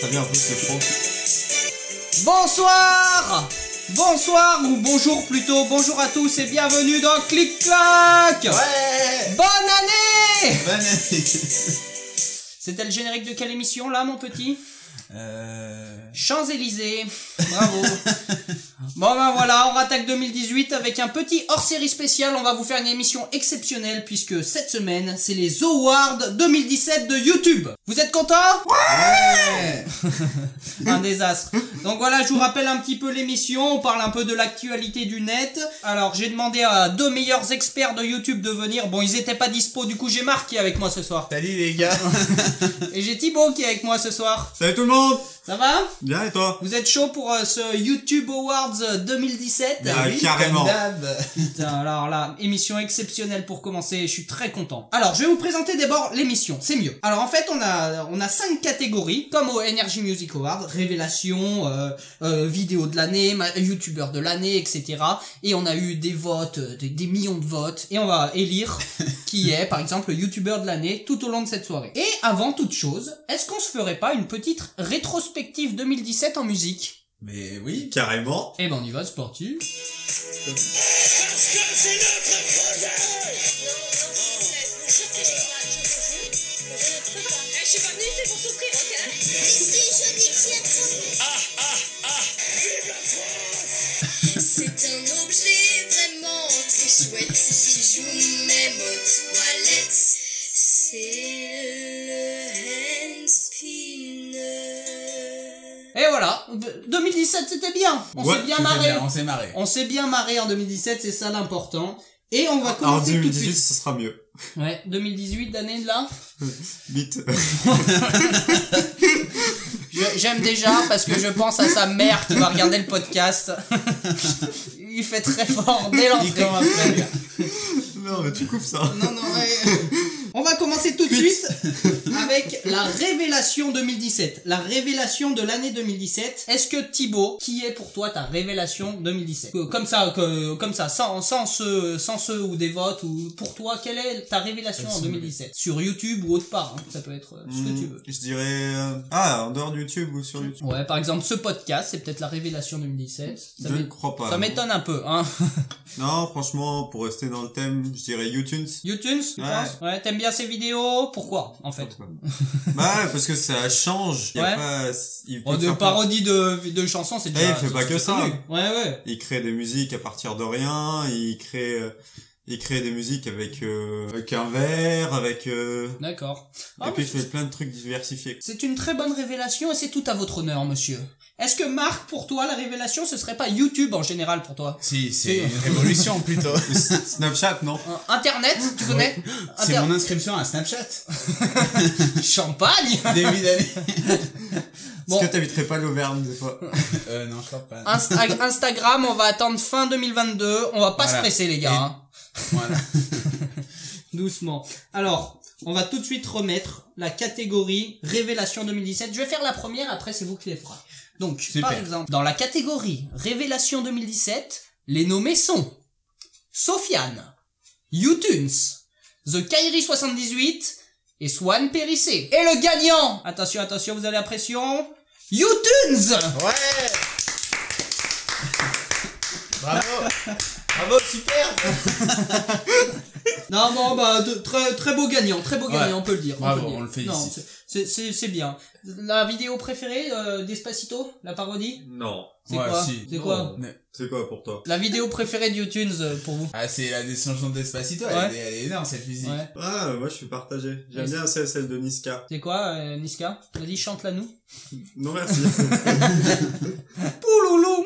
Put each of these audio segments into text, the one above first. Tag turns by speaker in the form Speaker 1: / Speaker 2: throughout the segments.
Speaker 1: T'as vu un peu ce fond
Speaker 2: Bonsoir Bonsoir ou bonjour plutôt, bonjour à tous et bienvenue dans Clic Clac
Speaker 1: Ouais
Speaker 2: Bonne année
Speaker 1: Bonne année
Speaker 2: C'était le générique de quelle émission là mon petit
Speaker 1: Euh...
Speaker 2: Champs-Élysées Bravo Bon ben voilà, on rattaque 2018 avec un petit hors-série spécial, on va vous faire une émission exceptionnelle puisque cette semaine c'est les Awards 2017 de YouTube Vous êtes contents
Speaker 1: Ouais
Speaker 2: un désastre. Donc voilà, je vous rappelle un petit peu l'émission, on parle un peu de l'actualité du net. Alors j'ai demandé à deux meilleurs experts de YouTube de venir. Bon, ils étaient pas dispo, du coup j'ai Marc qui est avec moi ce soir.
Speaker 1: Salut les gars
Speaker 2: Et j'ai Thibaut qui est avec moi ce soir.
Speaker 1: Salut tout le monde
Speaker 2: Ça va
Speaker 1: Bien et toi
Speaker 2: Vous êtes chaud pour euh, ce YouTube Awards euh, 2017
Speaker 1: Ah, carrément.
Speaker 2: Putain, alors là, émission exceptionnelle pour commencer, je suis très content. Alors, je vais vous présenter d'abord l'émission, c'est mieux. Alors en fait, on a on a cinq catégories comme au Energy Music Award, révélation, euh, euh, vidéo de l'année, ma- youtubeur de l'année, etc. Et on a eu des votes, euh, des, des millions de votes et on va élire qui est par exemple le youtubeur de l'année tout au long de cette soirée. Et avant toute chose, est-ce qu'on se ferait pas une petite rétrospective 2017 en musique
Speaker 1: Mais oui, carrément
Speaker 2: eh ben on y va, c'est parti.
Speaker 3: Je suis pas venue ici pour souffrir, ok
Speaker 4: C'est un objet vraiment très chouette qui joue même aux toilettes. C'est le hand spinner.
Speaker 2: Et voilà, De- 2017 c'était bien. On
Speaker 1: Ouais,
Speaker 2: s'est bien
Speaker 1: c'était
Speaker 2: marré.
Speaker 5: Bien, on s'est marré.
Speaker 2: On s'est bien marré en 2017, c'est ça l'important. Et on va
Speaker 1: Alors
Speaker 2: commencer tout de
Speaker 1: 2018,
Speaker 2: suite.
Speaker 1: ce sera mieux.
Speaker 2: Ouais, 2018 d'année de là.
Speaker 1: Vite
Speaker 2: Je- J'aime déjà parce que je pense à sa mère qui va regarder le podcast. Il fait très fort dès
Speaker 5: Il
Speaker 2: l'entrée.
Speaker 5: commence très bien.
Speaker 1: Non mais tu coupes ça
Speaker 2: Non, non, ouais. On va commencer tout de suite avec la révélation 2017. La révélation de l'année 2017. Est-ce que Thibaut, qui est pour toi ta révélation 2017 Euh, Comme ça, que- comme ça, sans, sans ce, sans ce ou des votes ou pour toi, quelle est ta révélation en 2017 Sur YouTube ou autre part, hein, ça peut être euh, ce que tu
Speaker 1: Hmm,
Speaker 2: veux.
Speaker 1: Je dirais... euh, Ah, en dehors de YouTube ou sur YouTube
Speaker 2: Ouais, par exemple, ce podcast, c'est peut-être la révélation 2017. Ça
Speaker 1: Je ne
Speaker 2: m'é-
Speaker 1: crois pas.
Speaker 2: ça
Speaker 1: non.
Speaker 2: m'étonne un peu, hein.
Speaker 1: Non, franchement, pour rester dans le thème, je dirais YouTunes.
Speaker 2: YouTunes, tu
Speaker 1: Ouais.
Speaker 2: penses Ouais, t'aimes bien ces vidéos Pourquoi, en fait
Speaker 1: bah ouais, parce que ça change. Y a
Speaker 2: Ouais.
Speaker 1: pas- il peut
Speaker 2: Oh, de
Speaker 1: faire plein-
Speaker 2: parodie de, de chansons, c'est
Speaker 1: Eh,
Speaker 2: déjà.
Speaker 1: il fait
Speaker 2: c'est-
Speaker 1: pas
Speaker 2: c'est
Speaker 1: que ça.
Speaker 2: connu. Ouais, ouais.
Speaker 1: Il crée des musiques à partir de rien, il crée, euh, il crée des musiques avec, euh, avec un verre, avec... euh,
Speaker 2: D'accord. Ah,
Speaker 1: et puis
Speaker 2: mais
Speaker 1: il fait plein de trucs diversifiés.
Speaker 2: C'est une très bonne révélation et c'est tout à votre honneur, monsieur. Est-ce que Marc, pour toi, la révélation, ce serait pas YouTube en général pour toi
Speaker 5: Si, c'est une révolution plutôt. Ah,
Speaker 1: Snapchat, non
Speaker 2: Euh, Internet, tu connais
Speaker 5: C'est
Speaker 2: Inter-
Speaker 5: mon inscription à Snapchat.
Speaker 2: Champagne
Speaker 5: Début d'année.
Speaker 2: Bon.
Speaker 1: Est-ce que t'habiterais pas l'Auvergne des fois
Speaker 5: Euh, non, je crois pas.
Speaker 2: Insta- Instagram, on va attendre fin 2022. On va pas se
Speaker 5: Voilà.
Speaker 2: presser, les gars.
Speaker 5: Et-
Speaker 2: hein.
Speaker 5: Voilà.
Speaker 2: Doucement. Alors, on va tout de suite remettre la catégorie Révélation 2017. Je vais faire la première, après c'est vous qui les ferez. Donc,
Speaker 5: Super.
Speaker 2: par exemple, dans la catégorie Révélation 2017, les nommés sont Sofiane, Youtunes, The Kairi 78 et Swan Périssé. Et le gagnant, attention, attention, vous avez la pression, Youtunes
Speaker 5: Ouais Bravo Bravo, super
Speaker 2: Non, non, bah, de- très, très beau gagnant, très beau gagnant,
Speaker 5: Ouais.
Speaker 2: on peut le dire.
Speaker 5: Bravo,
Speaker 2: peut dire.
Speaker 5: on le félicite.
Speaker 2: Non, c'est- c'est- c'est c'est bien. La vidéo préférée euh, d'Espacito, la parodie
Speaker 1: Non.
Speaker 2: C'est
Speaker 5: Ouais,
Speaker 2: quoi
Speaker 5: si.
Speaker 2: C'est quoi
Speaker 1: C'est quoi pour toi
Speaker 2: La vidéo préférée de YouTube euh, pour vous
Speaker 5: Ah, c'est la descension d'Espacito, elle,
Speaker 2: Ouais.
Speaker 5: est- elle est énorme cette musique.
Speaker 2: Ouais.
Speaker 1: Ah, moi je suis partagé. J'aime
Speaker 2: Oui.
Speaker 1: bien celle, celle de Niska.
Speaker 2: C'est quoi, euh, Niska Vas-y, chante-la nous.
Speaker 1: Non merci.
Speaker 2: Pouloulou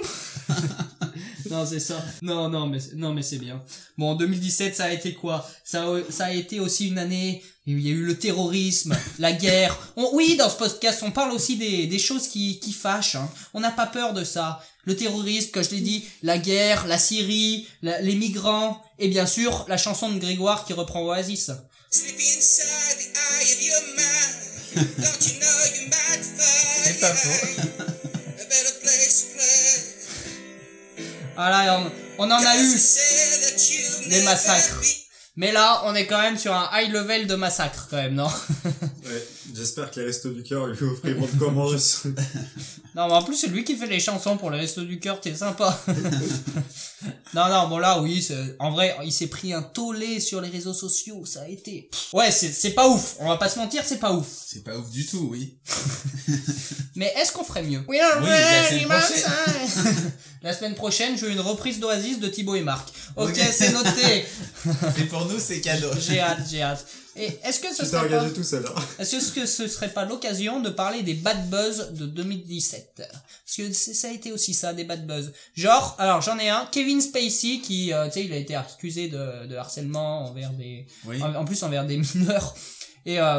Speaker 2: Non, c'est ça. Non, non, mais, non, mais c'est bien. Bon, en 2017, ça a été quoi ça a, ça a été aussi une année où il y a eu le terrorisme, la guerre. On- oui, dans ce podcast, on parle aussi des, des choses qui, qui fâchent. hein. On n'a pas peur de ça. Le terrorisme, que je l'ai dit, la guerre, la Syrie, la- les migrants, et bien sûr, la chanson de Grégoire qui reprend Oasis.
Speaker 4: Sleeping inside the eye of your mind. Don't you know you might find
Speaker 5: C'est pas faux.
Speaker 4: a better place to play?
Speaker 2: Voilà, Ah on, on en a eu
Speaker 4: Say that you
Speaker 2: des massacres. Mais là, on est quand même sur un high level de massacre, quand même, non
Speaker 1: ouais, J'espère que les restos du cœur lui offriront de quoi manger.
Speaker 2: Non, mais en plus, c'est lui qui fait les chansons pour les restos du cœur, t'es sympa. non, non, bon là, oui, c'est- en vrai, il s'est pris un tollé sur les réseaux sociaux, ça a été. Pff, Ouais, c'est c'est pas ouf, on va pas se mentir, c'est pas ouf.
Speaker 5: C'est pas ouf du tout, oui.
Speaker 2: Mais est-ce qu'on ferait mieux Oui,
Speaker 5: la semaine
Speaker 2: La semaine prochaine, je veux une reprise d'Oasis de Thibaut et Marc. Ok,
Speaker 5: Ok.
Speaker 2: c'est noté.
Speaker 5: Et pour nous, c'est cadeau.
Speaker 2: J'ai hâte, j'ai hâte. Et est-ce que ce
Speaker 1: Tu t'es
Speaker 2: serait pas...
Speaker 1: engagé tout seul. hein.
Speaker 2: Est-ce que ce serait pas l'occasion de parler des bad buzz de 2017 Parce que c'est- ça a été aussi ça, des bad buzz. Genre, alors j'en ai un, Kevin Spacey, qui, euh, tu sais, il a été accusé de, de harcèlement envers des...
Speaker 5: Oui.
Speaker 2: En, en plus envers des mineurs. Et euh,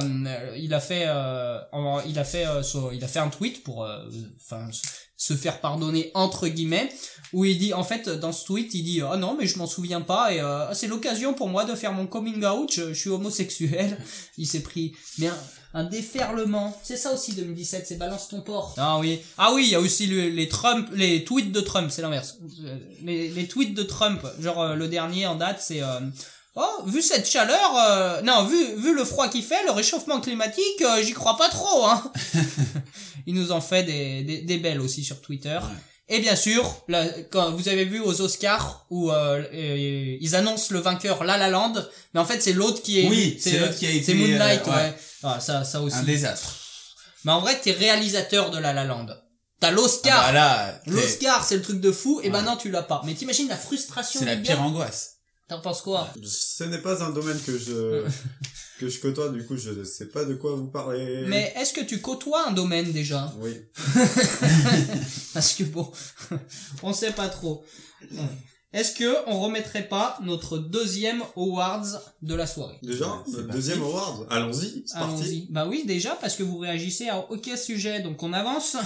Speaker 2: il a fait, euh, en- il a fait, euh, son- il a fait un tweet pour, euh, enfin, se- se faire pardonner entre guillemets, où il dit, en fait, dans ce tweet, il dit, ah non, mais je m'en souviens pas, et euh, c'est l'occasion pour moi de faire mon coming out, je, je suis homosexuel. Il s'est pris, mais un, un déferlement. C'est ça aussi 2017, c'est balance ton porc. Ah oui, ah oui, il y a aussi le- les Trump, les tweets de Trump, c'est l'inverse. Euh, Les, les tweets de Trump, genre euh, le dernier en date, c'est euh, Oh, vu cette chaleur, euh, non, vu, vu le froid qu'il fait, le réchauffement climatique, euh, j'y crois pas trop, hein. Il nous en fait des, des, des belles aussi sur Twitter. Et bien sûr, là, quand vous avez vu aux Oscars où euh, euh, ils annoncent le vainqueur La La Land, mais en fait c'est l'autre qui est
Speaker 5: Oui, c'est l'autre qui a été,
Speaker 2: c'est Moonlight,
Speaker 5: euh,
Speaker 2: ouais.
Speaker 5: ouais.
Speaker 2: Ah, ça, ça aussi.
Speaker 5: Un désastre.
Speaker 2: Mais en vrai, t'es réalisateur de La La Land. T'as l'Oscar.
Speaker 5: Ah bah là, t'es-
Speaker 2: L'Oscar, c'est le truc de fou. Et ben
Speaker 5: Ouais.
Speaker 2: non, tu l'as pas. Mais t'imagines la frustration.
Speaker 5: c'est la
Speaker 2: du
Speaker 5: pire
Speaker 2: gars.
Speaker 5: angoisse.
Speaker 2: T'en penses quoi
Speaker 1: Ce n'est pas un domaine que je que je côtoie, du coup, je ne sais pas de quoi vous parler.
Speaker 2: Mais est-ce que tu côtoies un domaine déjà hein
Speaker 1: oui.
Speaker 2: Parce que bon, on sait pas trop. Est-ce que on remettrait pas notre deuxième awards de la soirée
Speaker 1: Déjà,
Speaker 5: C'est
Speaker 1: notre
Speaker 5: parti.
Speaker 1: deuxième award. Allons-y, c'est parti.
Speaker 2: Allons-y. Bah oui, déjà parce que vous réagissez à aucun sujet, donc on avance.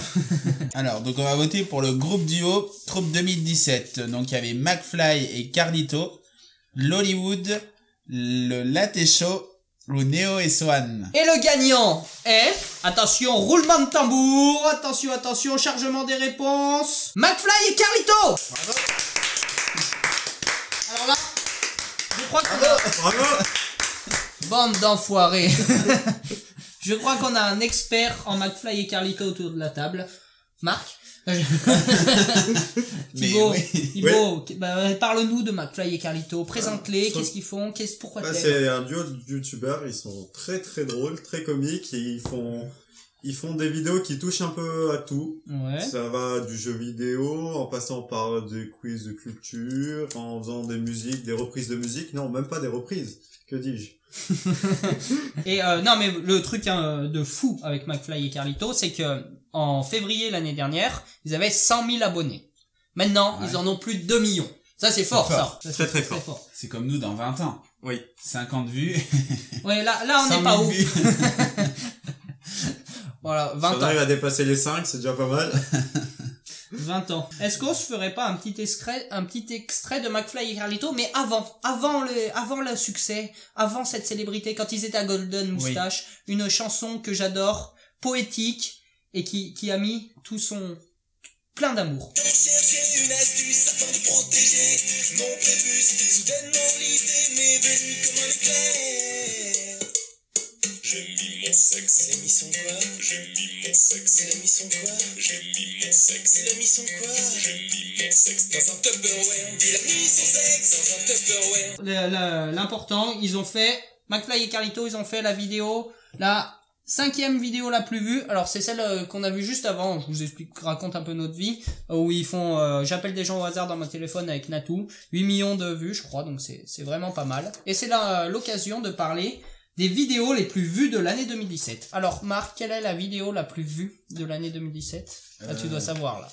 Speaker 5: Alors, donc on va voter pour le groupe duo Troupe 2017. Donc il y avait McFly et Carlito, l'Hollywood, le Latte Show ou Neo et Swan.
Speaker 2: Et le gagnant est, attention, roulement de tambour, attention, attention, chargement des réponses, McFly et Carlito Alors là, je crois qu'on a...
Speaker 1: Bravo
Speaker 2: Bande d'enfoirés Je crois qu'on a un expert en McFly et Carlito autour de la table. Marc Thibaut,
Speaker 5: Mais oui.
Speaker 2: Thibaut, bah, parle-nous de McFly et Carlito, présente-les,
Speaker 1: Sur-
Speaker 2: qu'est-ce qu'ils font, qu'est-ce, pourquoi
Speaker 1: Euh, Bah,
Speaker 2: tu les aimes
Speaker 1: c'est un duo de youtubeurs, ils sont très très drôles, très comiques et ils font ils font des vidéos qui touchent un peu à tout.
Speaker 2: Ouais.
Speaker 1: Ça va du jeu vidéo en passant par des quiz de culture, en faisant des musiques, des reprises de musique, non, même pas des reprises. Que dis-je
Speaker 2: Et euh, non, mais le truc hein, de fou avec McFly et Carlito, c'est que en février l'année dernière, ils avaient 100 000 abonnés. Maintenant,
Speaker 5: Ouais.
Speaker 2: ils en ont plus de 2 millions. Ça, c'est fort,
Speaker 5: C'est
Speaker 2: ça.
Speaker 5: fort.
Speaker 2: Ça,
Speaker 1: Très, très
Speaker 2: fort.
Speaker 5: C'est comme nous dans 20 ans.
Speaker 1: Oui.
Speaker 5: 50 vues.
Speaker 2: Ouais, là, là, Ah, on n'est
Speaker 5: 100 000
Speaker 2: pas ouf.
Speaker 5: vues.
Speaker 2: Voilà,
Speaker 1: Si
Speaker 2: 20
Speaker 1: on
Speaker 2: ans.
Speaker 1: arrive à dépasser les 5, c'est déjà pas mal.
Speaker 2: 20 ans. Est-ce qu'on se ferait pas un petit extrait, un petit extrait de McFly et Carlito, mais avant, avant le, avant le succès, avant cette célébrité, quand ils étaient à Golden Moustache, une chanson que j'adore, poétique, et qui, qui a mis tout son, plein d'amour.
Speaker 4: J'en cherchais une astuce afin de protéger mon prépuce. Soudainement, l'idée m'est venue comme un éclair. J'ai mis mon sexe. Il a mis son quoi J'ai mis mon sexe. Il a mis son quoi J'ai mis mon sexe. Il a mis son quoi J'ai mis mon sexe. Dans un Tupperware. Il a mis son sexe. Dans un Tupperware.
Speaker 2: Le- le- L'important, ils ont fait, McFly et Carlito, ils ont fait la vidéo, la cinquième vidéo la plus vue. Alors c'est celle euh, qu'on a vue juste avant, je vous explique, raconte un peu notre vie, euh, où ils font, euh, j'appelle des gens au hasard dans mon téléphone avec Natou, 8 millions de vues je crois, donc c'est c'est vraiment pas mal. Et c'est là euh, l'occasion de parler des vidéos les plus vues de l'année 2017. Alors Marc, quelle est la vidéo la plus vue de l'année 2017 Ah tu
Speaker 5: Euh.
Speaker 2: dois savoir là.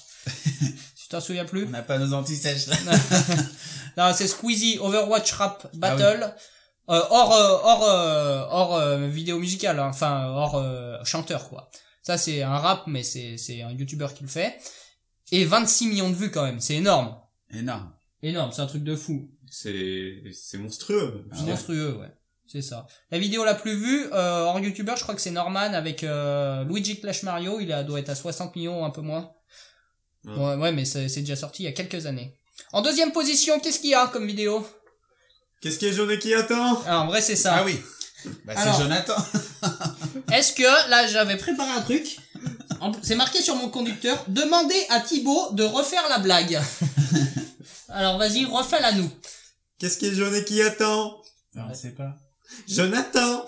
Speaker 2: tu t'en souviens plus
Speaker 5: On n'a pas nos antisèches là.
Speaker 2: non, c'est Squeezie, Overwatch Rap Battle. Euh, hors euh, hors euh, hors euh, vidéo musicale hein. enfin hors euh, chanteur quoi ça c'est un rap mais c'est c'est un youtubeur qui le fait et 26 millions de vues quand même c'est énorme
Speaker 5: Énorme.
Speaker 2: énorme c'est un truc de fou
Speaker 1: C'est c'est monstrueux.
Speaker 5: Ah
Speaker 2: c'est
Speaker 5: ouais.
Speaker 2: monstrueux ouais c'est ça la vidéo la plus vue euh, hors youtubeur je crois que c'est Norman avec euh, Luigi Clash Mario il a, doit être à 60 millions un peu moins
Speaker 1: Ouais.
Speaker 2: ouais, ouais mais c'est c'est déjà sorti il y a quelques années en deuxième position qu'est-ce qu'il y a comme vidéo
Speaker 1: Qu'est-ce qui est jaune et qui attend
Speaker 2: ah, en vrai c'est ça
Speaker 5: Ah oui. Bah,
Speaker 2: Alors.
Speaker 5: c'est Jonathan.
Speaker 2: Est-ce que, là, j'avais préparé un truc. En- C'est marqué sur mon conducteur. Demandez à Thibaut de refaire la blague. Alors, vas-y, refais-la nous.
Speaker 1: Qu'est-ce qui est jaune et qui attend
Speaker 5: Non, on sait pas.
Speaker 1: Jonathan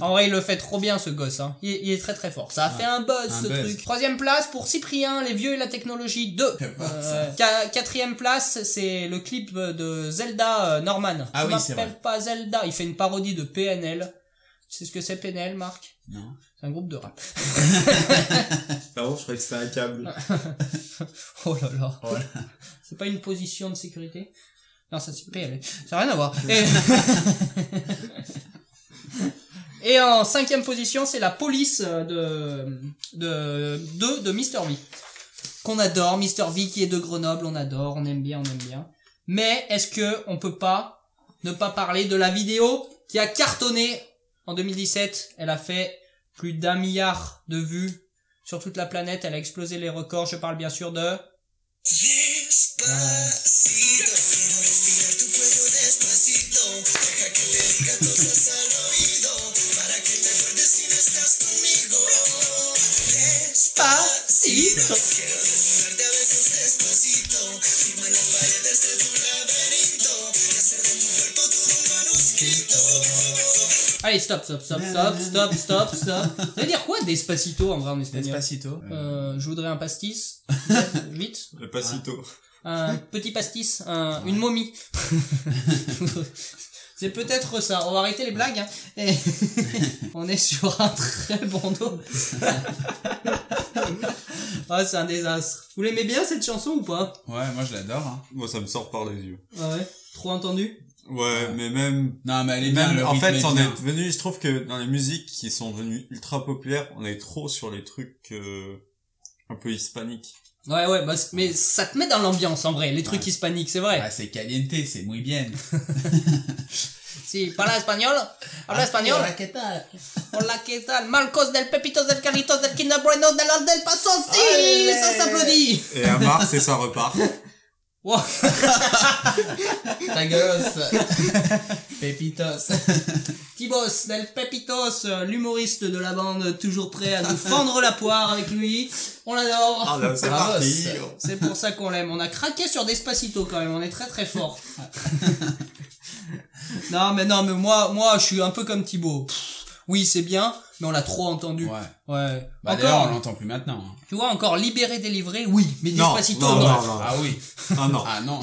Speaker 2: En vrai, il le fait trop bien, ce gosse. hein. Il, est- il est très très fort. Ça a
Speaker 5: Ouais.
Speaker 2: fait un buzz,
Speaker 5: Ah, Un
Speaker 2: ce
Speaker 5: buzz.
Speaker 2: truc. Troisième place pour Cyprien, les vieux et la technologie 2.
Speaker 5: Je vais voir
Speaker 2: Euh, qua- quatrième place, c'est le clip de Zelda euh, Norman.
Speaker 5: Ah
Speaker 2: Je
Speaker 5: oui, c'est
Speaker 2: m'appelle pas Zelda. Il fait une parodie de PNL. C'est ce que c'est PNL, Marc
Speaker 5: Non.
Speaker 2: C'est un groupe de rap.
Speaker 1: Pardon, je croyais que c'était un câble.
Speaker 2: Oh là là.
Speaker 5: Oh là.
Speaker 2: C'est pas une position de sécurité Non, ça c'est PL. Ça n'a rien à voir. Et, Et en cinquième position, c'est la police euh, de de de, de Mister V. Qu'on adore, Mister V qui est de Grenoble, on adore, on aime bien, on aime bien. Mais est-ce que on peut pas ne pas parler de la vidéo qui a cartonné en 2017 Elle a fait plus d'un milliard de vues sur toute la planète. Elle a explosé les records. Je parle bien sûr de
Speaker 4: Despacito, quiero respirar tu cuello despacito. Deja que le diga cosas al oído para que te acuerdes si no estás conmigo. Despacito, quiero desnudarte a veces despacito. Firma las paredes de tu laberinto y hacer de tu cuerpo todo un manuscrito.
Speaker 2: Allez, stop, stop, stop, stop, stop, stop, stop. Ça veut dire quoi Despacito en vrai en espagnol
Speaker 5: Despacito.
Speaker 2: euh, Je voudrais un pastis. Vite.
Speaker 1: Pas si tôt.
Speaker 2: Un petit pastis. un- Une momie. C'est peut-être ça. On va arrêter les blagues. hein. Et on est sur un très bon dos. Ah, c'est un désastre. Vous l'aimez bien cette chanson ou pas
Speaker 5: Ouais, moi je l'adore. hein.
Speaker 1: Moi, ça me sort par les yeux.
Speaker 2: Ah Ouais. Trop entendu
Speaker 1: Ouais, mais même
Speaker 5: Non, mais elle est bien.
Speaker 1: Même,
Speaker 5: le
Speaker 1: en
Speaker 5: rythme
Speaker 1: fait,
Speaker 5: est
Speaker 1: on est
Speaker 5: bien.
Speaker 1: devenu, je trouve que dans les musiques qui sont devenues ultra populaires, on est trop sur les trucs euh, un peu hispaniques.
Speaker 2: Ouais, ouais, bah, c'est- mais ça te met dans l'ambiance en vrai. Les trucs
Speaker 5: Ouais.
Speaker 2: hispaniques, c'est vrai.
Speaker 5: Ah, c'est caliente, c'est muy bien.
Speaker 2: Si, parla espagnol, habla espagnol.
Speaker 5: Ah, ¿qué tal?
Speaker 2: Hola, ¿qué tal? Marcos del Pepitos del Carlitos del Kinder Bueno del Al del Paso. Si,
Speaker 5: Allez.
Speaker 2: ça s'applaudit.
Speaker 1: Et à Mars, et ça repart.
Speaker 2: Wow.
Speaker 5: Ta gueule. Pepitos.
Speaker 2: Tibos del Pepitos, euh, l'humoriste de la bande, toujours prêt à nous fendre la poire avec lui. On l'adore.
Speaker 1: Ah, là, c'est
Speaker 5: Bravos.
Speaker 1: parti.
Speaker 2: C'est pour ça qu'on l'aime. On a craqué sur Despacito quand même. On est très très fort. non, mais non, mais moi, moi, je suis un peu comme Thibaut. Pff, Oui, c'est bien, mais on l'a trop entendu.
Speaker 5: Ouais.
Speaker 2: Ouais.
Speaker 5: Bah, d'ailleurs, on l'entend plus maintenant. hein.
Speaker 2: Tu vois, encore libéré, délivré, oui, mais
Speaker 1: Non,
Speaker 2: Despacito,
Speaker 1: non,
Speaker 2: non.
Speaker 1: non.
Speaker 2: Non,
Speaker 5: Ah oui.
Speaker 1: Ah non,
Speaker 5: Ah non.